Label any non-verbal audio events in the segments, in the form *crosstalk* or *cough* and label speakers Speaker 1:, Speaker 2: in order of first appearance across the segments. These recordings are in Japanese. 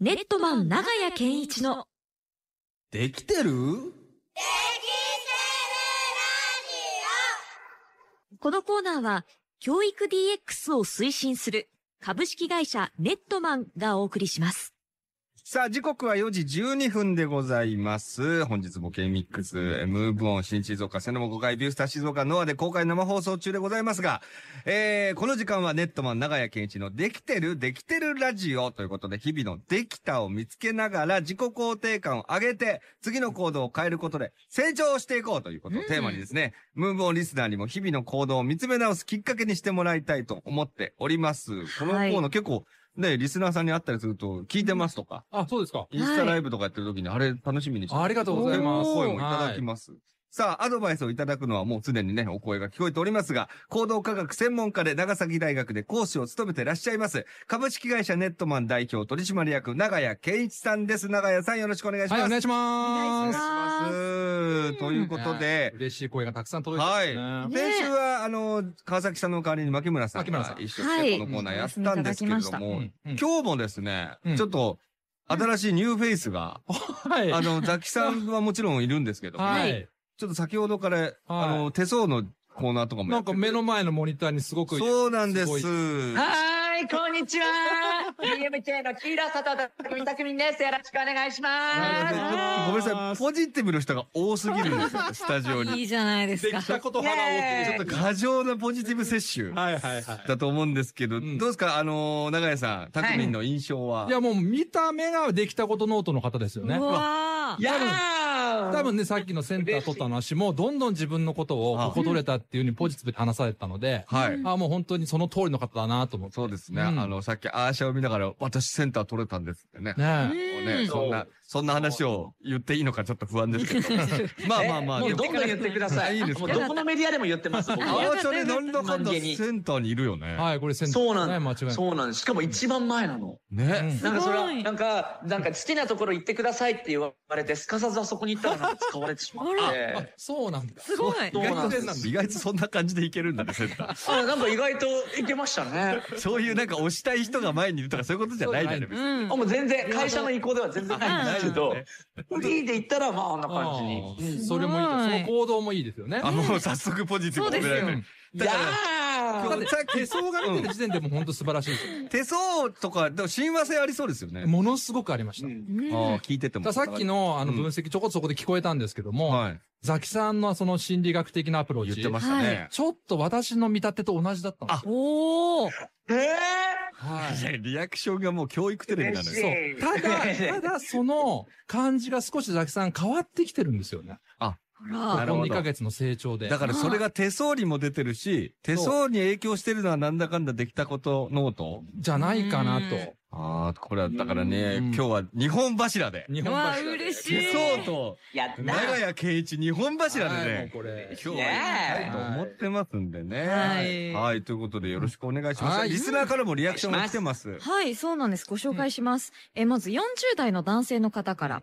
Speaker 1: ネットマン長屋健一の
Speaker 2: できてる
Speaker 1: このコーナーは教育 DX を推進する株式会社ネットマンがお送りします。
Speaker 2: さあ、時刻は4時12分でございます。本日も K-MIX、ムーブオン、新静岡、瀬野も5回、ビュースター静岡、ノアで公開生放送中でございますが、えー、この時間はネットマン長屋健一のできてる、できてるラジオということで、日々のできたを見つけながら自己肯定感を上げて、次の行動を変えることで成長していこうということをテーマにですね、ムーブオンリスナーにも日々の行動を見つめ直すきっかけにしてもらいたいと思っております。このコーナー結構、ね、リスナーさんに会ったりすると、聞いてますとか、
Speaker 3: あ、そうですか。
Speaker 1: い
Speaker 2: インスタライブとかやってる時に、あれ楽しみにして
Speaker 3: ありがとうございます
Speaker 2: 声もいただきます。さあ、アドバイスをいただくのはもうすでにね、お声が聞こえておりますが、行動科学専門家で長崎大学で講師を務めてらっしゃいます、株式会社ネットマン代表取締役、長谷健一さんです。長谷さんよろしくお願いします。
Speaker 3: はい、お願いし
Speaker 1: お願い
Speaker 3: ま
Speaker 1: し
Speaker 3: す。
Speaker 1: ます
Speaker 2: すということで、
Speaker 3: 嬉しい声がたくさん届いてますね。
Speaker 1: いね
Speaker 2: 先週は、あの、川崎さんの代わりに牧村さん
Speaker 3: 牧村さ
Speaker 2: が
Speaker 3: ん
Speaker 2: 一緒
Speaker 1: は
Speaker 2: に
Speaker 1: い
Speaker 2: このコーナーやったんですけれど
Speaker 3: う
Speaker 2: も、
Speaker 3: んうん
Speaker 2: 今日もですね、
Speaker 3: うん
Speaker 2: ちょっと、新しいニューフェイスが、
Speaker 3: はい。
Speaker 2: あの、ザキさんはもちろんいるんですけども、
Speaker 1: は
Speaker 3: はいい。
Speaker 2: ちょっと先ほどから、あの、手相のコーナーとかも
Speaker 3: な
Speaker 2: やっ
Speaker 3: ん
Speaker 2: て
Speaker 3: か
Speaker 2: て
Speaker 3: 目の前のモニターにすごく、
Speaker 2: そうなんです。
Speaker 3: すご
Speaker 4: はーい、こんにちは。DMK のキーラ佐藤匠匠です。よろしくお願いし
Speaker 2: な
Speaker 4: ま
Speaker 2: のでちょっとごめんなさい、ポジティブの人が多すぎるんですよ、スタジオに。
Speaker 1: いじゃないで
Speaker 3: できたことを払おう
Speaker 2: ちょっ
Speaker 3: という
Speaker 2: と過剰なポジティブ摂取
Speaker 3: はいはいはい。
Speaker 2: だと思うんですけど、
Speaker 3: ん
Speaker 2: どうですかあの、長谷さん、たくみんの印象は。
Speaker 3: いや、もう見た目ができたことノートの方ですよね
Speaker 1: う。わ
Speaker 4: す。
Speaker 1: ー
Speaker 3: やる
Speaker 4: や
Speaker 3: 多分ね、さっきのセンター取った話も、どんどん自分のことを
Speaker 2: ああ
Speaker 3: ここ取れたっていうふうにポジティブで話されてたので、
Speaker 2: はい。
Speaker 3: あ、もう本当にその通りの方だなと思って。
Speaker 2: そうですね。
Speaker 3: うん
Speaker 2: あの、さっきアーシャを見ながら、私センター取れたんですってね。
Speaker 3: ね
Speaker 2: もうね、
Speaker 1: うん
Speaker 2: そんな、そんな話を言っていいのかちょっと不安ですけど。まあまあまあ、
Speaker 4: もう
Speaker 2: でも
Speaker 4: どんどん言ってください。
Speaker 2: いいですか
Speaker 4: もうどこのメディアでも言ってます。僕
Speaker 2: アーシャでなんだかんだ
Speaker 4: 満げに
Speaker 2: センターにいるよね。
Speaker 3: え。はい、これセンター。
Speaker 4: そうなん
Speaker 3: ね、間違いない。
Speaker 4: そうなんです。しかも一番前なの。
Speaker 2: ね。
Speaker 4: なんかそれ
Speaker 1: す
Speaker 4: は
Speaker 1: ごい、
Speaker 4: なんか、なんか好きなところ行ってくださいって言われて、すかさずあそこに行ったらなんか使われてしまっ
Speaker 1: あ
Speaker 3: あ
Speaker 4: て。、
Speaker 3: そうなんだ。
Speaker 1: すごい
Speaker 4: どうなんで
Speaker 2: 意
Speaker 4: す
Speaker 2: 外と意外とそんな感じでいけるんだね、センター。
Speaker 4: あ、なんか意外と行けましたね。
Speaker 2: そういうなんか押したい人が前にいるとかそういうことじゃないんだね。別
Speaker 1: う
Speaker 2: に
Speaker 1: ん
Speaker 4: あ、。もう全然、会社の意向では全然ないんですけど
Speaker 2: あない、
Speaker 4: フリーで行ったら、まあ、あんな感じ
Speaker 3: あ
Speaker 4: に。
Speaker 3: ーそれもいい。
Speaker 1: す
Speaker 3: そ
Speaker 1: ごい
Speaker 3: の行動もいいですよね。
Speaker 2: あ、もう早速ポジティブ
Speaker 1: そうですよ
Speaker 2: 褒められて
Speaker 4: いやー
Speaker 2: るさっき
Speaker 3: 手相が見てる時点でもう本当素晴らしいですよ。
Speaker 2: 手相とか、でも親和性ありそうですよね。
Speaker 3: ものすごくありました。
Speaker 4: うん
Speaker 1: うん
Speaker 2: ああ、聞いてても。
Speaker 3: だからさっき、のあの
Speaker 2: うん
Speaker 3: 分析ちょこっとそこで聞こえたんですけども、
Speaker 2: はい。
Speaker 3: ザキさんのその心理学的なアプロー
Speaker 2: 言
Speaker 3: チ。
Speaker 2: ってましたね。
Speaker 3: ちょっと私の見立てと同じだったんですよ。
Speaker 1: おー
Speaker 4: えー
Speaker 3: はい
Speaker 2: いやリアクションがもう教育テレビなの
Speaker 4: 嬉し
Speaker 2: よ。
Speaker 4: い
Speaker 3: そう。ただ、ただその感じが少しザキさん変わってきてるんですよね。
Speaker 1: ほ
Speaker 2: な
Speaker 1: ら。
Speaker 2: る
Speaker 3: こ
Speaker 2: ほ
Speaker 3: の
Speaker 2: ど
Speaker 3: 2ヶ月の成長で。
Speaker 2: だからそれが手相にも出てるし、手相に影響してるのはなんだかんだできたことノート。
Speaker 3: じゃないかな
Speaker 1: うん
Speaker 3: と。
Speaker 2: ああ、これはだからね、
Speaker 3: うん
Speaker 2: 今日は日本柱で。
Speaker 3: 日
Speaker 1: う
Speaker 3: 本
Speaker 1: わ
Speaker 3: 橋
Speaker 1: ー嬉しい。
Speaker 2: 手相と
Speaker 4: やった
Speaker 2: 長屋圭一日本柱で
Speaker 3: はいもう
Speaker 2: ね。
Speaker 3: これ。
Speaker 2: 今日はやりたいと思ってますんでね。
Speaker 1: はい
Speaker 2: はい、ということでよろしくお願いします。
Speaker 3: はい
Speaker 2: リスナーからもリアクションが来てます。
Speaker 1: はい、そうなんです。ご紹介します。え、まず40代の男性の方から。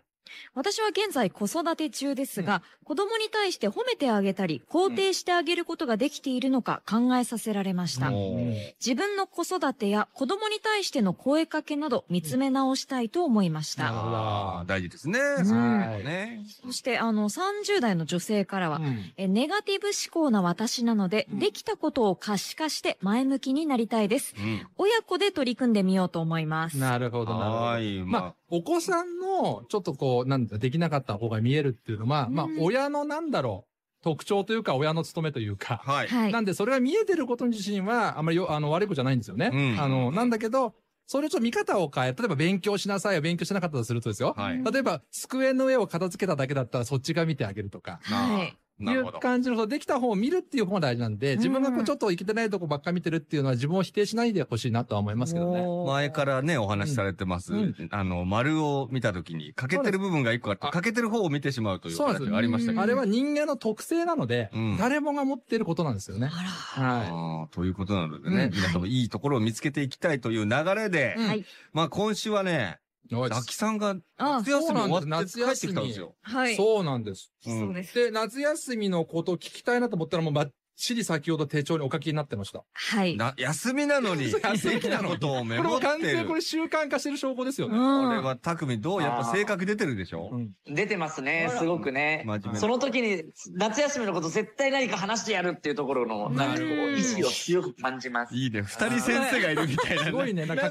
Speaker 1: 私は現在子育て中ですが、子供に対して褒めてあげたり、肯定してあげることができているのか考えさせられました。
Speaker 2: もう
Speaker 1: 自分の子育てや子供に対しての声かけなど見つめ直したいと思いまし
Speaker 3: うん
Speaker 1: た。
Speaker 2: あー大事ですね。
Speaker 1: ん
Speaker 2: そういうのね。
Speaker 1: そして、あの、30代の女性からは、
Speaker 3: うん
Speaker 1: えネガティブ思考な私なので、できたことを可視化して前向きになりたいです。
Speaker 2: うん。
Speaker 1: 親子で取り組んでみようと思います。
Speaker 3: なるほど、なるほど
Speaker 2: は。い、
Speaker 3: ま
Speaker 2: ま
Speaker 3: あ、お子さんの、ちょっとこう、なんだ、できなかった方が見えるっていうのは、まあ
Speaker 1: う、ん
Speaker 3: 親のなんだろう、特徴というか、親の務めという
Speaker 2: あ、
Speaker 3: か、
Speaker 2: はい。
Speaker 1: はい。
Speaker 3: なんで、それが見えてること自身は、あんまりよ、あの、悪い子じゃないんですよね。
Speaker 2: うん
Speaker 3: あの、なんだけど、それをちょっと見方を変え、例えば勉強しなさいを勉強しなかったとするとですよ。
Speaker 2: はい。
Speaker 3: 例えば、机の上を片付けただけだったら、そっち側見てあげるとか。
Speaker 1: はい。
Speaker 3: い
Speaker 2: なるほ
Speaker 3: う
Speaker 2: ど。
Speaker 3: 感じの、そうできた方を見るっていう方が大事なんで、自分がこうちょっといけてないとこばっか見てるっていうのは自分を否定しないでほしいなとは思いますけどね。
Speaker 1: おー
Speaker 2: 前からね、お話しされてます。
Speaker 3: うん
Speaker 2: あの、丸を見たときに、欠けてる部分が一個あって、
Speaker 3: あ
Speaker 2: 欠けてる方を見てしまうという
Speaker 3: そうなん
Speaker 2: 話
Speaker 3: です
Speaker 2: がありましたけど。
Speaker 3: あれは人間の特性なので、
Speaker 2: うん
Speaker 3: 誰もが持っていることなんですよね。
Speaker 1: あら。
Speaker 3: は
Speaker 2: あーということなのでね、
Speaker 3: うん
Speaker 2: 皆さんもいいところを見つけていきたいという流れで、
Speaker 3: うん
Speaker 1: はい。
Speaker 2: まあ今週はね、
Speaker 3: い。おい
Speaker 2: ザキさんが
Speaker 1: あ
Speaker 2: 夏休み終わ
Speaker 3: そうなん
Speaker 2: っ
Speaker 3: で
Speaker 2: て
Speaker 3: す
Speaker 2: 帰ってきたんですよ。
Speaker 1: はい。
Speaker 3: そうなんです。
Speaker 2: うん
Speaker 1: そうです。
Speaker 3: で、夏休みのこと聞きたいなと思ったらもう、ま、しり先ほど手帳にお書きになってました。
Speaker 1: はい。
Speaker 2: な休みなのに、
Speaker 3: *laughs* そう休み
Speaker 2: 奇跡なことを
Speaker 3: こ
Speaker 2: メ
Speaker 3: れ
Speaker 2: モ
Speaker 3: も
Speaker 2: って
Speaker 3: 完全
Speaker 2: る。
Speaker 3: に
Speaker 2: こ
Speaker 3: これ習慣化してる証拠ですよ
Speaker 1: う
Speaker 3: ね。
Speaker 2: れ
Speaker 1: ん。
Speaker 2: は匠どうやっぱ性格出てるでしょ
Speaker 3: うん
Speaker 4: 出てますね、すごくね。
Speaker 2: 真面目
Speaker 4: そ
Speaker 2: な。
Speaker 4: の時に夏休みのこと絶対何か話してやるっていうところの、なんかこう
Speaker 1: うん
Speaker 4: 意志を強く感じます。
Speaker 2: いいね。二人先生がいるみたいなね。
Speaker 3: すごいね、なんか囲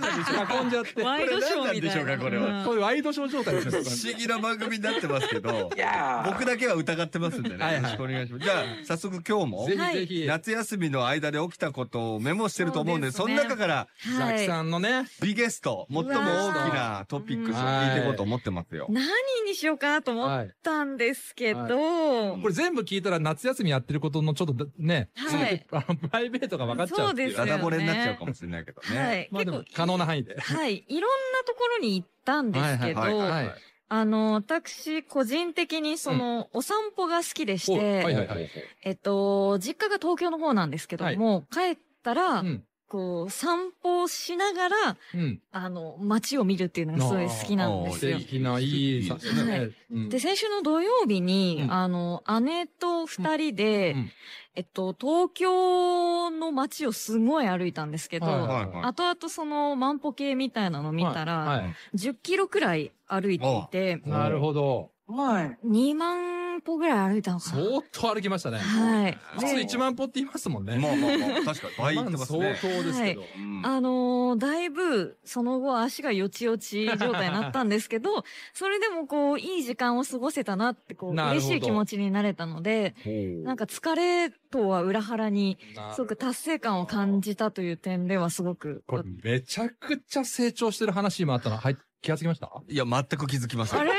Speaker 3: んじ
Speaker 1: *laughs*
Speaker 3: ゃって。
Speaker 1: ワイドショーみたいな。
Speaker 2: これ何なんでしょうかこれは
Speaker 3: こういうワイドショー状態です
Speaker 2: 不
Speaker 3: よ
Speaker 2: 思議な番組になってますけど
Speaker 4: い、やー
Speaker 2: 僕だけは疑ってますんで
Speaker 3: はい
Speaker 2: ね。
Speaker 3: は
Speaker 2: よ
Speaker 3: い
Speaker 2: ろしくお願いします。じゃあ、早速今日も
Speaker 3: ぜ、
Speaker 1: はい
Speaker 3: ひぜひ、ザ
Speaker 2: 夏休みの間で起きたことをメモしてると思うんで、
Speaker 1: そ
Speaker 2: そう
Speaker 1: ですね
Speaker 2: の中から、
Speaker 3: キ
Speaker 1: は
Speaker 3: さんのね、
Speaker 2: ビゲスト、最も大きなトピックスを聞いていこうと思ってますよ
Speaker 1: い。。何にしようかと思っ
Speaker 3: はい。
Speaker 1: たんですけど、
Speaker 3: は
Speaker 1: そう
Speaker 3: これ全部聞いたら夏休みやってることのちょっとだね、
Speaker 1: はい
Speaker 3: あのプライベートが分かっちゃうっていう。
Speaker 1: そう
Speaker 2: ダ
Speaker 1: です
Speaker 2: ダ漏れになっちゃうかもしれないけど
Speaker 1: は
Speaker 2: ね。
Speaker 1: い。
Speaker 3: まあ
Speaker 1: 結
Speaker 3: で
Speaker 1: 構
Speaker 3: も、可能な範囲で。
Speaker 1: はい。いろんなところに行ったんですけど、
Speaker 2: はいはい
Speaker 3: はい。
Speaker 1: あの、私、個人的にその、お散歩が好きでし
Speaker 3: お
Speaker 1: て、
Speaker 3: はいはいはい。
Speaker 1: えっと、実家が東京の方なんですけども、帰ったら、
Speaker 3: うん。
Speaker 1: こう、散歩をしながら、
Speaker 3: うん。
Speaker 1: あの、街を見るっていうのがすごい好きなんです
Speaker 3: 素
Speaker 1: よ。
Speaker 3: 敵ないいさ、
Speaker 1: はい
Speaker 3: ね。うん
Speaker 1: で、先週の土曜日に、
Speaker 3: うん
Speaker 1: あの、姉と二人で、
Speaker 3: うんうん
Speaker 1: えっと、東京の街をすごい歩いたんですけど、
Speaker 3: はいはい
Speaker 2: はいは
Speaker 1: 後々その万歩計みたいなの見たら、
Speaker 3: はいはい
Speaker 1: 10キロくらい歩いていて、
Speaker 3: なるほど。
Speaker 4: はい。
Speaker 1: 2万歩ぐらい歩いたのかな。
Speaker 3: 相当歩きましたね。
Speaker 1: はい。
Speaker 3: 普通1万歩って言いますもんね。
Speaker 2: い。まあまあまあ、確かに倍いってます
Speaker 3: 相
Speaker 2: ね。
Speaker 3: 当ですけど。
Speaker 2: うん
Speaker 1: あのーだいぶ、その後足がよちよち状態になったんですけ
Speaker 3: *laughs*
Speaker 1: ど、それでもこう、いい時間を過ごせたなって、こう、
Speaker 3: なる
Speaker 1: 嬉
Speaker 3: ほど
Speaker 1: しい気持ちになれたので、なんか疲れとは裏腹に、
Speaker 3: な
Speaker 1: すごく達成感を感じたという点ではすごく。
Speaker 3: これめちゃくちゃ成長してる話今あったの、はい、気がつきました
Speaker 2: いや、全く気づきません。
Speaker 3: *laughs*
Speaker 1: あれ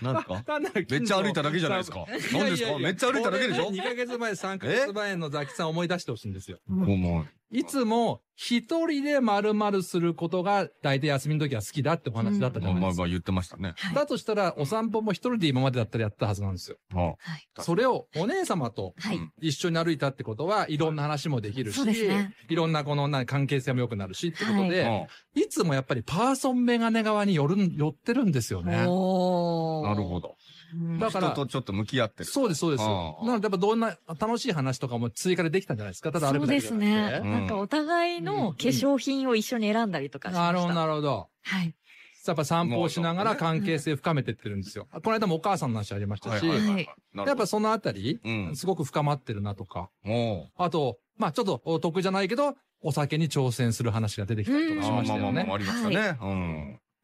Speaker 2: なんですか
Speaker 3: 単なる
Speaker 2: めっちゃ歩いただけじゃないです
Speaker 3: か。
Speaker 2: か。何ですかめっちゃ歩いただけでしょ
Speaker 3: ?2 ヶ月前、3ヶ月前のザキさん思い出してほしいんですよ。
Speaker 2: もうも
Speaker 3: いつも一人で丸々することが大体休みの時は好きだってお話だった
Speaker 2: う、
Speaker 3: じゃな
Speaker 2: まあまあ
Speaker 3: いですか。
Speaker 2: まあ言ってましたね。
Speaker 1: はい。
Speaker 3: だとしたら、お散歩も一人で今までだったらやったはずなんですよ。
Speaker 2: あ
Speaker 1: はい。
Speaker 3: それをお姉様と
Speaker 1: はい
Speaker 2: うん
Speaker 3: 一緒に歩いたってことは、いろんな話もできるし
Speaker 1: そうですね、
Speaker 3: いろんなこのな関係性も良くなるしってこと
Speaker 2: あ
Speaker 3: で、いつもやっぱりパーソンメガネ側に寄るん、寄ってるんですよね。
Speaker 1: おー。
Speaker 2: なるほど。
Speaker 1: うん。
Speaker 3: だから
Speaker 2: 人とちょっと向き合ってる。
Speaker 3: そうです、そうです。な
Speaker 2: ああ
Speaker 3: ので、やっぱどんな楽しい話とかも追加でできたんじゃないですかただ歩
Speaker 1: そう
Speaker 3: くだ
Speaker 1: で
Speaker 3: けじ
Speaker 1: す
Speaker 3: ゃなくて
Speaker 1: ね。
Speaker 2: うん
Speaker 1: なんかお互いの化粧品を一緒に選んだりとかしました。
Speaker 3: なるほど、なるほど。
Speaker 1: はい。
Speaker 3: やっぱ散歩をしながら関係性深めてってるんですよ。この間もお母さんの話ありましたし、
Speaker 1: はい
Speaker 2: なるほど
Speaker 3: やっぱそのあたり、
Speaker 2: うん。
Speaker 3: すごく深まってるなとか、
Speaker 2: も
Speaker 3: あと、まあちょっとお得じゃないけど、お酒に挑戦する話が出てきたりと
Speaker 2: う。
Speaker 3: か
Speaker 1: ん
Speaker 3: し
Speaker 2: まあ
Speaker 3: まし
Speaker 2: ま
Speaker 3: た
Speaker 2: あまあ
Speaker 3: よ
Speaker 2: ま
Speaker 3: ね
Speaker 2: あ、。ありましたね。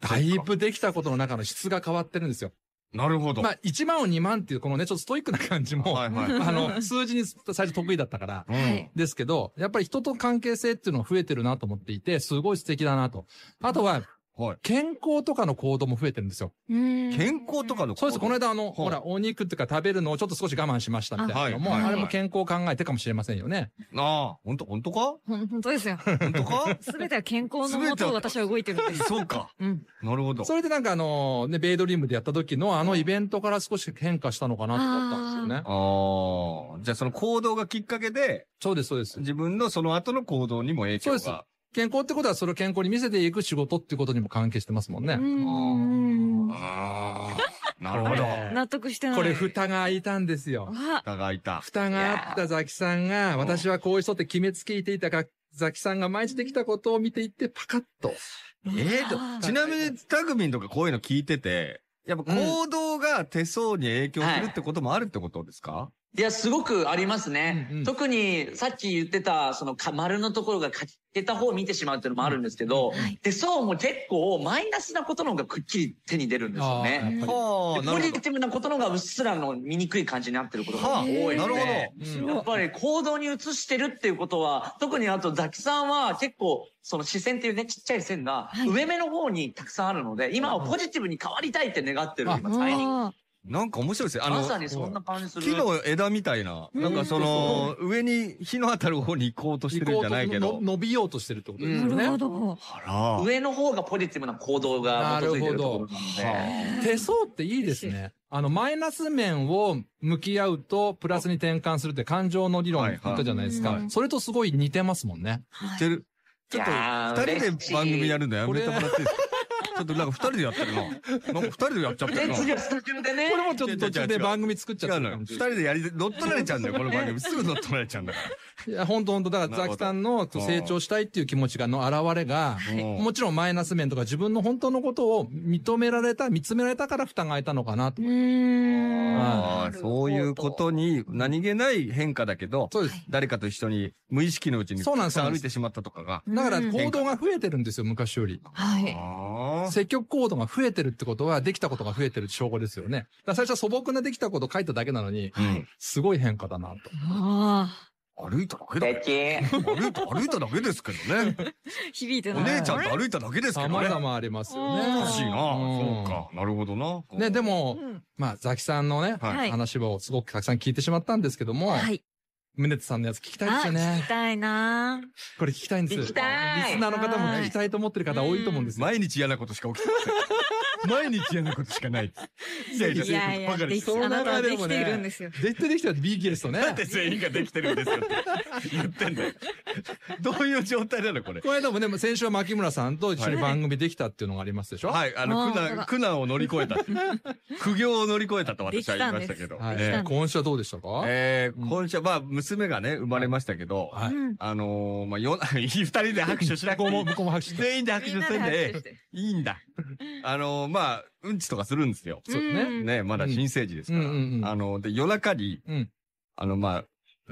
Speaker 2: うん。
Speaker 3: だいぶできたことの中の質が変わってるんですよ。
Speaker 2: なるほど。
Speaker 3: まあ1万を2万っていうこのね、ちょっとストイックな感じも、
Speaker 2: はいはい。
Speaker 3: あの、数字に最初得意だったから、
Speaker 2: う
Speaker 1: は
Speaker 2: ん
Speaker 1: い。
Speaker 3: ですけど、やっぱり人と関係性っていうのは増えてるなと思っていて、すごい素敵だなと。あとは、
Speaker 2: はい。
Speaker 3: 健康とかの行動も増えてるんですよ。
Speaker 1: うん
Speaker 2: 健康とかの
Speaker 3: そうです。この間あの、
Speaker 2: い
Speaker 3: ほら、お肉っていうか食べるのをちょっと少し我慢しましたみたいなのも、
Speaker 2: あはい
Speaker 3: あれも健康を考えてかもしれませんよね。
Speaker 2: ああ、ほんと、ほんとか
Speaker 1: ほん本当ですよ。
Speaker 2: ほんと
Speaker 3: *laughs*
Speaker 2: か
Speaker 1: すべては健康のも
Speaker 2: 全て
Speaker 1: と
Speaker 2: は
Speaker 1: 私は動いてるんです。
Speaker 2: そうか。
Speaker 1: うん。
Speaker 2: なるほど。
Speaker 3: それでなんかあの、ね、ベイドリームでやった時のあのイベントから少し変化したのかなと思ったんですよね。
Speaker 2: ああ。じゃあその行動がきっかけで、
Speaker 3: そうです、そうです。
Speaker 2: 自分のその後の行動にも影響
Speaker 3: そう
Speaker 2: が。
Speaker 3: 健康ってことはそれを健康に見せていく仕事っていうことにも関係してますもんね。
Speaker 1: うん。
Speaker 2: あ
Speaker 3: *laughs*
Speaker 2: あ。なるほど。
Speaker 1: 納得してない。
Speaker 3: これ蓋が開いたんですよ。
Speaker 1: わ
Speaker 2: 蓋が開いた。
Speaker 3: 蓋があったザキさんが、私はこういう人って決めつけていたが、ザキさんが毎日できたことを見ていって、パカッと。
Speaker 2: えーと、ちなみに、タグミンとかこういうの聞いてて、やっぱ行動が手相に影響するってこともあるってことですか、
Speaker 4: いや、すごくありますね。
Speaker 3: うんうん
Speaker 4: 特に、さっき言ってた、その、か丸のところが欠けた方を見てしまうっていうのもあるんですけど、
Speaker 1: はい
Speaker 4: で、そうも結構、マイナスなことの方がくっきり手に出るんですよ
Speaker 3: あー
Speaker 4: ね。
Speaker 3: やっぱり
Speaker 2: は
Speaker 4: でポジティブなことの方がうっすらの醜い感じになってることが
Speaker 2: はあ、
Speaker 4: 多いので、
Speaker 2: なるほど。
Speaker 3: うん
Speaker 4: やっぱり行動に移してるっていうことは、特にあとザキさんは結構、その視線っていうね、ちっちゃい線が
Speaker 1: はい、
Speaker 4: 上目の方にたくさんあるので、今はポジティブに変わりたいって願ってる、
Speaker 3: あ
Speaker 1: あ
Speaker 4: 今、タイミング。
Speaker 2: なんか面白いですよ。あ
Speaker 4: まさ
Speaker 2: の、
Speaker 4: にそんな感じする。
Speaker 2: 木の枝みたいな、なんかその、上に火の当たる方に行こうとしてるんじゃないけ
Speaker 3: 行こう
Speaker 2: ど
Speaker 3: と。の伸びようとしてるってことですよ
Speaker 1: な
Speaker 3: ね。
Speaker 1: るほど。
Speaker 2: あ
Speaker 4: 上の方がポジティブな行動が基づいてるところなの
Speaker 2: なる
Speaker 4: で。
Speaker 3: 手相っていいですね。あの、マイナス面を向き合うと、プラスに転換するって感情の理論
Speaker 2: はいは
Speaker 3: 言
Speaker 2: い
Speaker 3: ったじゃないですか。
Speaker 1: うん
Speaker 3: それとすごい似てますもんね。
Speaker 2: ら、
Speaker 1: は
Speaker 2: 似
Speaker 1: い
Speaker 2: てる。ちょっと、
Speaker 4: いや
Speaker 2: 二
Speaker 4: ー
Speaker 2: 人で番組やるのやめてもらっていいですかちょっとなんか二人でやってるな。なんか二人でやっちゃってる
Speaker 4: で、
Speaker 2: な。
Speaker 4: 次はスタジオでね
Speaker 3: こ。れもちょっと
Speaker 2: 違
Speaker 3: 途
Speaker 2: う違
Speaker 3: 中
Speaker 2: う違
Speaker 3: で
Speaker 2: う
Speaker 3: 番組作っちゃ
Speaker 2: 違う
Speaker 3: った
Speaker 2: の
Speaker 3: か
Speaker 2: よ。
Speaker 3: も
Speaker 2: 二
Speaker 3: しれない
Speaker 2: 人でやり、乗っ取られちゃうんだよ、この番組。すぐ乗っ取られちゃうんだから。
Speaker 3: いや、本当本当だから、
Speaker 2: な
Speaker 3: ザ
Speaker 2: るほ
Speaker 3: キ
Speaker 2: ど
Speaker 3: さんの
Speaker 2: うん
Speaker 3: 成長したいっていう気持ちが、の表れが、
Speaker 2: うん
Speaker 3: もちろんマイナス面とか自分の本当のことを認められた、見つめられたから蓋が開いたのかなと。
Speaker 1: うーん。
Speaker 2: あ
Speaker 1: な
Speaker 2: あ
Speaker 1: るほど
Speaker 2: そういうことに何気ない変化だけど、
Speaker 3: そうです。
Speaker 2: 誰かと一緒に無意識のうちに
Speaker 3: そうなんです
Speaker 2: たくさん歩いてしまったとかが。
Speaker 3: だから
Speaker 1: うん
Speaker 3: 行動が増えてるんですよ、昔より。
Speaker 1: はい。
Speaker 2: あ
Speaker 3: 積極行動が増えてるってことは、できたことが増えてる証拠ですよね。だから最初は素朴なできたこと書いただけなのに、
Speaker 2: あ。うん。
Speaker 3: すごい変化だなと。
Speaker 1: あ
Speaker 2: 歩いただけだ
Speaker 4: 素
Speaker 2: よ。
Speaker 4: 敵。
Speaker 2: 歩いた、歩いただけですけどね。
Speaker 1: あ。響いて
Speaker 2: お
Speaker 1: ない。
Speaker 2: 姉ちゃん
Speaker 1: あれ
Speaker 2: と歩いただけですけど
Speaker 3: 様
Speaker 2: ね。
Speaker 3: 々ありますよ
Speaker 1: うん
Speaker 2: お
Speaker 3: ね
Speaker 2: か。しいな。
Speaker 3: う
Speaker 2: そ
Speaker 3: ん
Speaker 2: うか。なるほどな。
Speaker 3: ね、でも、
Speaker 1: うん
Speaker 3: まあ、ザキさんのね、
Speaker 1: はい
Speaker 3: 話をすごくたくさん聞いてしまったんですけども、
Speaker 1: はい。
Speaker 3: ムネツさんのやつ聞きたいで
Speaker 1: あ
Speaker 3: すよ
Speaker 1: 聞
Speaker 3: ね
Speaker 1: き。たいな
Speaker 3: これ聞きたいんです。
Speaker 4: 聞きたい
Speaker 3: リスナーの方も聞きたいと思ってる方多いと思うんですよ。
Speaker 2: 毎日嫌なことしか起きてない。毎日嫌なことしかない。イライラ
Speaker 1: い
Speaker 2: する
Speaker 1: やい
Speaker 2: こと
Speaker 1: や、
Speaker 2: ばかり
Speaker 1: で
Speaker 2: し
Speaker 1: き、
Speaker 2: て
Speaker 3: そ
Speaker 1: あ
Speaker 3: の
Speaker 1: なたは
Speaker 3: 中で
Speaker 1: で
Speaker 3: も
Speaker 1: き
Speaker 3: ね
Speaker 1: ているんですよ。
Speaker 3: 絶対できたら B 級ですよね。
Speaker 2: だって全員ができてるんですよって言ってんだよ。どういう状態なのこ
Speaker 1: *laughs*
Speaker 2: れ。
Speaker 3: この間もね、先週は牧村さんと一緒に番組できたっていうのがありますでしょ、
Speaker 2: はい、あの、
Speaker 1: あー
Speaker 2: 苦
Speaker 1: そう
Speaker 2: 難、
Speaker 1: だ
Speaker 2: 苦難を乗り
Speaker 1: *laughs*
Speaker 2: 越えた。苦行を乗り越えたと私
Speaker 1: で
Speaker 2: は
Speaker 1: き
Speaker 2: 言
Speaker 1: た
Speaker 2: い
Speaker 1: ん
Speaker 2: ま
Speaker 1: で
Speaker 2: し
Speaker 1: す
Speaker 2: たけど。
Speaker 3: はい
Speaker 1: できた
Speaker 2: え
Speaker 1: ん
Speaker 3: 今週はどうでしたか、
Speaker 2: ーえー
Speaker 3: うん
Speaker 2: 今週は、まあ、娘がね、生まれましたけど、
Speaker 3: はい。
Speaker 1: うん
Speaker 2: あのー、まあ、よ、 *laughs* 二人で拍手しなく
Speaker 3: 向こうも、
Speaker 2: て、
Speaker 3: 向こうも拍手し
Speaker 2: *laughs*
Speaker 3: て。
Speaker 2: 全員で拍
Speaker 1: み
Speaker 2: 手
Speaker 1: んな
Speaker 2: せ
Speaker 1: で
Speaker 2: ん
Speaker 1: 拍手
Speaker 2: で
Speaker 1: し、て。
Speaker 2: いいんだ。あのー、まあ、うんちとかするんですよ。
Speaker 3: そうですね
Speaker 1: ん
Speaker 2: ね、まだ新生児ですから。
Speaker 3: うんうんうん
Speaker 2: あの、で、夜中に、
Speaker 3: うん。
Speaker 2: あの、まあ、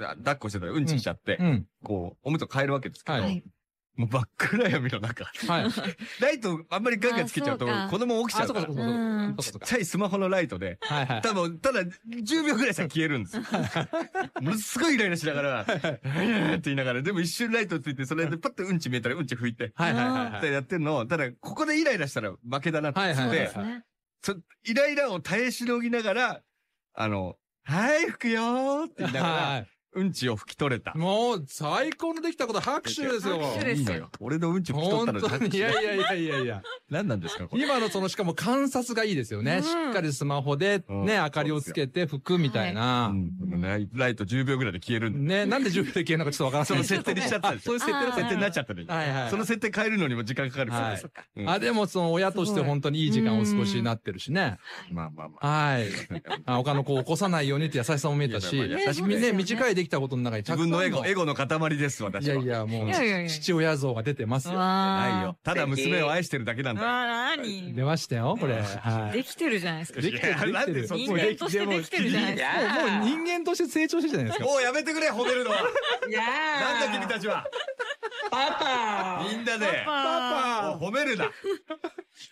Speaker 2: あ抱っこしてたらうんちしちゃって、
Speaker 3: うん。
Speaker 2: こう、おむつを変えるわけですけど、
Speaker 3: はい
Speaker 2: もう真っ暗闇の中。
Speaker 3: はい。あ、
Speaker 2: ライトあんまりガンガンつけちゃうと
Speaker 1: あそうか
Speaker 2: 子供起きちゃ
Speaker 3: そうう
Speaker 2: か
Speaker 3: からそうかそう
Speaker 1: う
Speaker 3: か
Speaker 1: ん。
Speaker 3: そうかそう
Speaker 2: ちっ
Speaker 3: か。
Speaker 2: ちゃいスマホのライトで、
Speaker 3: はいはい。
Speaker 2: 多分、ただ10秒ぐらいしたら消える
Speaker 1: *laughs*
Speaker 2: んですよ。ものすごいイライラしながら、 *laughs* って言いながら、でも一瞬ライトついて、それでパッとうんち見えたらうんち拭いて、
Speaker 3: はいはいはい
Speaker 2: *laughs* っ
Speaker 3: は
Speaker 2: て
Speaker 3: い。
Speaker 2: やってんのを、ただ、ここでイライラしたら負けだなって言って、
Speaker 3: はいはいはい
Speaker 1: そうですね
Speaker 2: そイライラを耐えしのぎながら、あの、はい、拭くよーって言いながら、
Speaker 3: は
Speaker 2: うんちを拭き取れた
Speaker 3: い。。もう、最高のできたこと拍手ですよ。
Speaker 1: 拍手ですよ
Speaker 2: いいのよ。俺のうんちを拭き取った
Speaker 3: 本
Speaker 2: の
Speaker 3: 当に。いやいやいやいやいや。
Speaker 2: 何なんですか、これ。
Speaker 3: 今のその、しかも観察がいいですよね。
Speaker 1: うん
Speaker 3: しっかりスマホで、
Speaker 2: うん
Speaker 3: ね、明かりをつけて拭くみたい
Speaker 2: うん
Speaker 3: な。
Speaker 2: このライライト10秒ぐらいで消えるんだよ
Speaker 3: ね、なんで10秒で消えるのかちょっとわから
Speaker 2: そ
Speaker 3: ない
Speaker 2: の
Speaker 3: ですけ
Speaker 2: 設
Speaker 3: ど
Speaker 2: 定にしちゃったでしょ。
Speaker 3: そういう設定
Speaker 1: あー
Speaker 2: 設定になっちゃったでしょ。
Speaker 3: はいはい
Speaker 2: その設定変えるのにも時間かかるから、
Speaker 3: はい
Speaker 1: そっか
Speaker 2: うん
Speaker 3: あ、でもその親として本当にいい時間をお過ごしになってるしね。
Speaker 2: まあまあまあ。
Speaker 3: はい。あ他の子を起こさないようにって優しさも見えたし、
Speaker 2: いやいやいや
Speaker 1: 優しくね
Speaker 3: ね、短いできたことの中に
Speaker 2: 自分のエゴ、エ
Speaker 3: ゴ。
Speaker 2: ゴの塊です、
Speaker 3: い
Speaker 2: 私
Speaker 3: や
Speaker 2: は。
Speaker 3: いや、も、
Speaker 1: いやいやいうや
Speaker 3: 父親像が出てますよ。
Speaker 1: わ
Speaker 2: な
Speaker 1: ー
Speaker 2: いよ。ただ娘を愛してるだけなんだ。
Speaker 1: わあ、
Speaker 3: 出
Speaker 1: 何
Speaker 3: ましたよ、これ。はい。
Speaker 1: できてるじゃないですか。
Speaker 3: できて
Speaker 2: いや
Speaker 3: る、で
Speaker 2: な
Speaker 3: き
Speaker 2: ん
Speaker 3: て
Speaker 2: で
Speaker 3: る。
Speaker 2: そこ
Speaker 1: 人間としてできてるじゃないですか。
Speaker 4: や
Speaker 3: もう人間として成長してるじゃないです *laughs* か。
Speaker 2: もうやめてくれ、褒めるのは。
Speaker 4: いや
Speaker 2: なんだ
Speaker 4: ー
Speaker 2: 君たちは。
Speaker 4: パ
Speaker 2: みんなで。
Speaker 1: パ
Speaker 2: もう褒めるな。
Speaker 3: い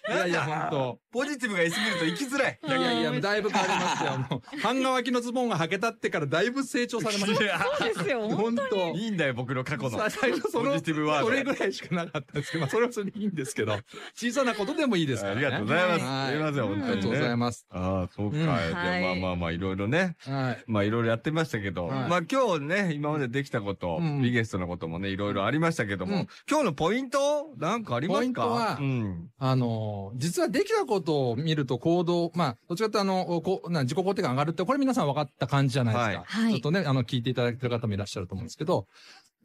Speaker 3: やいや、
Speaker 2: なんだ
Speaker 3: 本当。
Speaker 2: ポジティブが言いすぎると生きづらい。
Speaker 3: いやいやいや、だいぶ変わりましたよ。もう、半乾きのズボンが履けたってからだいぶ成長されまし
Speaker 2: いや
Speaker 1: そうですよ。
Speaker 3: た。本
Speaker 2: い
Speaker 3: 当。
Speaker 2: いんだよ、僕の過去の。
Speaker 3: さ最初その、
Speaker 2: ポジティブワード
Speaker 3: それぐらいしかなかったんですけど、まあそれはそれでいいんですけ *laughs* ど、小さなことでもいいですから
Speaker 2: あり
Speaker 3: ね。
Speaker 2: がとうございます。
Speaker 3: はい
Speaker 2: すいません、本当
Speaker 3: ありがと
Speaker 2: に
Speaker 3: うござい
Speaker 2: ね。
Speaker 3: ます。
Speaker 2: ああ、そうか。
Speaker 3: うん
Speaker 2: じゃあ
Speaker 1: はい
Speaker 2: まあまあまあ、いろいろね。
Speaker 3: はい。
Speaker 2: まあいろいろやってましたけど、
Speaker 3: はい
Speaker 2: まあ今日ね、今までできたこと、
Speaker 3: うん
Speaker 2: ビゲストのこともね、いろいろありましたけども、
Speaker 3: うん
Speaker 2: 今日のポイントなんかありますか
Speaker 3: ポイントは
Speaker 2: うん。
Speaker 3: あのー、実はできたことを見ると行動、まあ、どっちかっていうとあの、こう、な自己肯定感上がるって、これ皆さん分かった感じじゃないですか。
Speaker 1: はいはい
Speaker 3: ちょっとね、あの、聞いていただいてる方もいらっしゃると思うんですけど、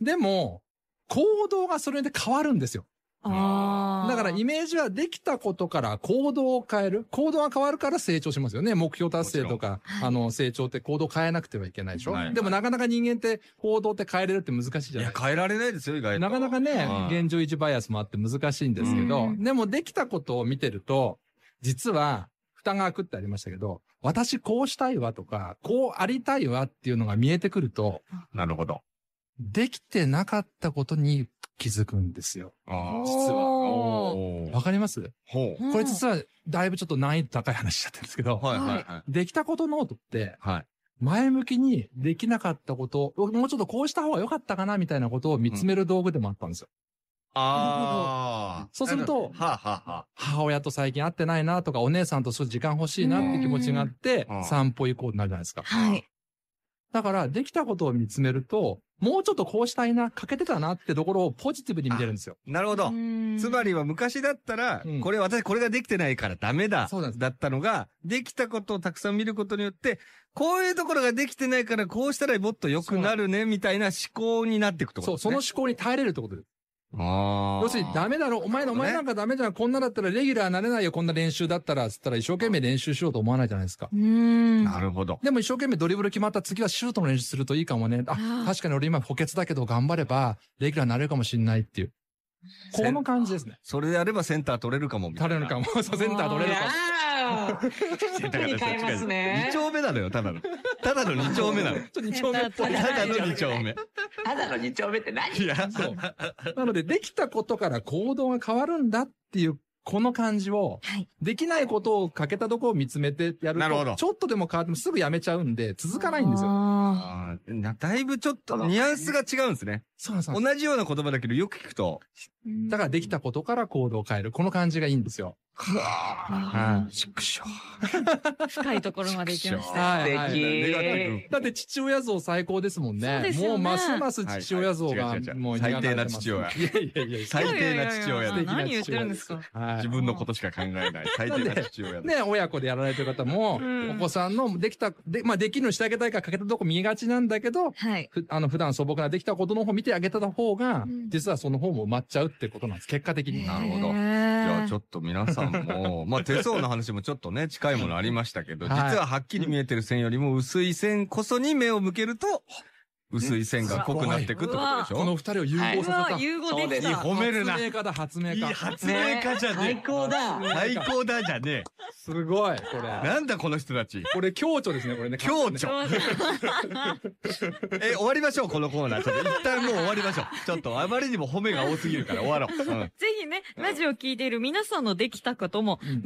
Speaker 3: でも、行動がそれで変わるんですよ。
Speaker 1: あー
Speaker 3: だからイメージはできたことから行動を変える。行動が変わるから成長しますよね。目標達成とか、
Speaker 1: ちろん
Speaker 3: あの、成長って行動変えなくてはいけないでしょ、
Speaker 2: はい
Speaker 3: でもなかなか人間って行動って変えれるって難しい
Speaker 2: い
Speaker 3: じゃない
Speaker 2: や
Speaker 3: です、か。
Speaker 2: 変えられないですよ、意外と。
Speaker 3: なかなかね、
Speaker 2: はい
Speaker 3: 現状維持バイアスもあって難しいんですけど、
Speaker 1: うん
Speaker 3: でもできたことを見てると、実は、蓋が開くってありましたけど、私こうしたいわとか、こうありたいわっていうのが見えてくると、
Speaker 2: なるほど。
Speaker 3: できてなかったことに気づくんですよ。
Speaker 2: ああ、
Speaker 1: 実
Speaker 2: 実は。
Speaker 1: は
Speaker 2: おー
Speaker 3: わかります
Speaker 2: ほう。
Speaker 1: うん
Speaker 3: これ実は、だいぶちょっと難易度高い話しちゃってるんですけど、
Speaker 2: はいはいはい。
Speaker 3: できたことノートって、
Speaker 2: はい。
Speaker 3: 前向きにできなかったこと、もうちょっとこうした方が良かったかなみたいなことを見つめる道具でもあったんですよ。
Speaker 2: ああ。
Speaker 3: そうすると
Speaker 2: はあ、はあは
Speaker 3: 母親と最近会ってないなとか、お姉さんと少し時間欲しいなって気持ちがあって
Speaker 2: うん、
Speaker 3: 散歩行こうってなるじゃないですか。
Speaker 1: はい。
Speaker 3: だから、できたことを見つめると、もうちょっとこうしたいな、欠けてたなってところをポジティブに見れるんですよ。
Speaker 2: あ。なるほど。つま
Speaker 1: り、
Speaker 2: りは昔だったら、
Speaker 3: うん
Speaker 2: これ私これができてないからダメだ。
Speaker 3: そうなんです
Speaker 2: だったのが、できたことをたくさん見ることによって、こういうところができてないからこうしたらもっと良くなるね、みたいな思考になっていくってこ
Speaker 3: そ
Speaker 2: と
Speaker 3: う、
Speaker 2: です
Speaker 3: その
Speaker 2: ね。
Speaker 3: 思考に耐えれるってことです。
Speaker 2: ああ。
Speaker 3: 要するにダメだろ、お前の、お前なんかダメじゃん、こんなだったらレギュラーなれないよ、こんな練習だったら、つったら一生懸命練習しようと思わないじゃないですか。
Speaker 1: うーん。
Speaker 2: なるほど。
Speaker 3: でも一生懸命ドリブル決まった次はシュートの練習するといいかもね。
Speaker 1: あ
Speaker 3: あ
Speaker 1: ー、
Speaker 3: 確かに俺今補欠だけど頑張れば、レギュラーになれるかもしんないっていう。この感じですね。
Speaker 2: それであればセンター取れるかもみたい
Speaker 3: 取
Speaker 2: な。
Speaker 3: れるかも、そうセンター取れるかも。
Speaker 4: ああ
Speaker 2: *laughs*
Speaker 4: 特に変えますね
Speaker 2: 二。丁目なのよ、ただの。ただの二丁目なの。
Speaker 3: ちょっと二丁目っぽい。
Speaker 1: センター
Speaker 2: ただ
Speaker 1: 取
Speaker 2: の
Speaker 1: れ
Speaker 2: 二丁目。
Speaker 4: ただの二丁目って何
Speaker 2: いや、
Speaker 3: そう。なので、できたことから行動が変わるんだっていう、この感じを、
Speaker 1: はい。
Speaker 3: できないことをかけたとこを見つめてやる
Speaker 2: なるほど
Speaker 3: と、ちょっとでも変わってもすぐやめちゃうんで、続かないんですよ。
Speaker 1: よ。
Speaker 2: あーなだいぶちょっとニュアンスが違うんですね。
Speaker 3: そうなんです
Speaker 2: 同じような言葉だけどよく聞くと。
Speaker 3: だからできたことから行動を変える。この感じがいいんですよ。
Speaker 1: は
Speaker 2: うん縮小。
Speaker 1: *laughs* 深いところまで行きまし
Speaker 3: は
Speaker 1: た。
Speaker 3: いはい
Speaker 2: ネガティ
Speaker 3: だって父親像最高ですもんね。
Speaker 1: そうですよね
Speaker 3: もうますます
Speaker 2: はい
Speaker 3: 父親像
Speaker 2: 違
Speaker 3: が
Speaker 2: う違う違う
Speaker 3: もう苦手
Speaker 2: 最低な父
Speaker 3: いやいやいや、
Speaker 2: 最低な父
Speaker 1: いやいやいや
Speaker 2: 親
Speaker 1: い
Speaker 2: で
Speaker 1: や。何言ってるんですか
Speaker 3: は
Speaker 2: 自分のことしか考えない。最低な父親
Speaker 3: い。
Speaker 2: で。
Speaker 3: ね、親子でやられてる方も
Speaker 1: う、ん
Speaker 3: お子さんのできた、で、まあ、できるのしてあげたいからかけたとこ見えがちなんだけど、
Speaker 1: はい。
Speaker 3: ふあの、普段素朴なできたことの方見てあげた方が、
Speaker 1: うん
Speaker 3: 実はその方も埋まっちゃうってことなんです。結果的に。
Speaker 2: なるほど
Speaker 1: へ
Speaker 2: じ
Speaker 1: ー
Speaker 2: ゃあちょっと皆さんも、まあ手相の話もちょっとね、近いものありましたけど、実
Speaker 3: はい
Speaker 2: ははっきり見えてる線よりも薄い線こそに目を向けると、薄い線が濃くなっていくってことでし
Speaker 3: こ
Speaker 2: ょ
Speaker 3: の二人を融合
Speaker 1: う
Speaker 3: さ
Speaker 1: わ、
Speaker 3: せた。
Speaker 1: 融合でき
Speaker 4: そう
Speaker 1: た。
Speaker 4: です
Speaker 2: 褒めるな
Speaker 3: 発明家だ、発明
Speaker 2: いい
Speaker 3: 家。
Speaker 2: 発明家じゃ
Speaker 4: 最
Speaker 2: ね
Speaker 4: 高だ。
Speaker 2: え。最高だじゃね
Speaker 3: すごい、こ
Speaker 2: え。
Speaker 3: れ。
Speaker 2: なんだこの人たち。
Speaker 3: これ、強調ですね、これね。
Speaker 2: 強調。 *laughs* え、終わりましょう、このコーナー。ちょっと一旦もう終わりましょう。ちょっとあまりにも褒めが多すぎるから終わろう。うん
Speaker 1: ぜひね、ラジオ聞いている皆さんのできたことも、
Speaker 3: うん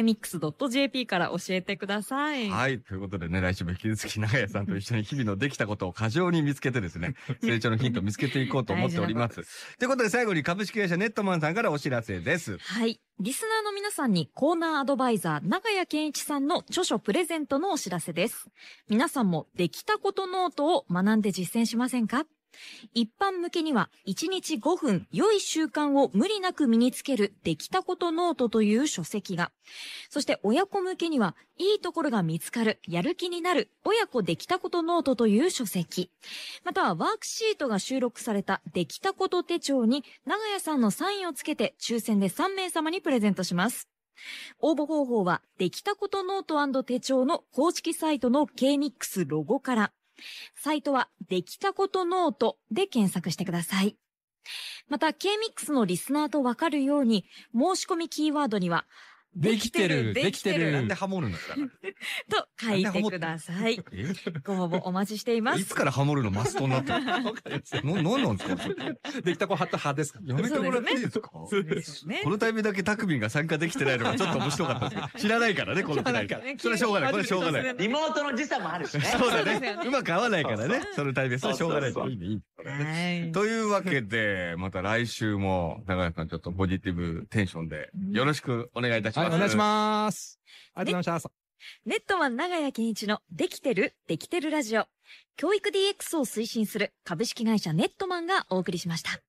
Speaker 1: move.kmix.jp から教えてください。
Speaker 2: はい。ということでね、来週も引き続き長屋さんと一緒に日々のできたことを過剰に見つけてですね、成長のヒントを見つけていこうと思っております。ということで最後に株式会社ネットマンさんからお知らせです。
Speaker 1: はい。リスナーの皆さんにコーナーアドバイザー、長谷健一さんの著書プレゼントのお知らせです。皆さんもできたことノートを学んで実践しませんか一般向けには1日5分良い習慣を無理なく身につけるできたことノートという書籍が。そして親子向けにはいいところが見つかる、やる気になる親子できたことノートという書籍。またはワークシートが収録されたできたこと手帳に長屋さんのサインをつけて抽選で3名様にプレゼントします。応募方法はできたことノート手帳の公式サイトの KMIX ロゴから。サイトはできたことノートで検索してください。また KMIX のリスナーとわかるように申し込みキーワードには
Speaker 3: できてるできてる
Speaker 2: なんでハモるんですか
Speaker 1: と書いてください。
Speaker 2: え
Speaker 1: ご応募お待ちしていま
Speaker 2: い
Speaker 1: す
Speaker 2: つ。からハモるのマストになってる
Speaker 3: わかりました
Speaker 2: のなんなんですか
Speaker 3: できた子はった派ですか
Speaker 2: やめてもらっていいですか
Speaker 1: そうですよね
Speaker 2: こ。のタイミングだけタクミンが参加できてないのがちょっと面白かったんですけど、知らないからね、この世代が
Speaker 1: 知らないから
Speaker 2: それはしょうがない、これはしょうがな
Speaker 1: 急
Speaker 2: い。
Speaker 1: に突然
Speaker 4: リモートの時差もあるしね。
Speaker 2: そうだ
Speaker 1: そうです
Speaker 2: ね
Speaker 1: よ。ね
Speaker 2: うまく合わないからね、そのタイミング、それはしょうがない。
Speaker 4: そうそうそう
Speaker 2: いいねいいね
Speaker 1: はい。
Speaker 2: というわけで、また来週も、長谷さんちょっとポジティブテンションで、よろしくお願いいたしま
Speaker 3: はい、
Speaker 2: す。
Speaker 3: お願いします。ありがとうございました。
Speaker 1: ネットマン長屋健一のできてるできてるラジオ。教育 DX を推進する株式会社ネットマンがお送りしました。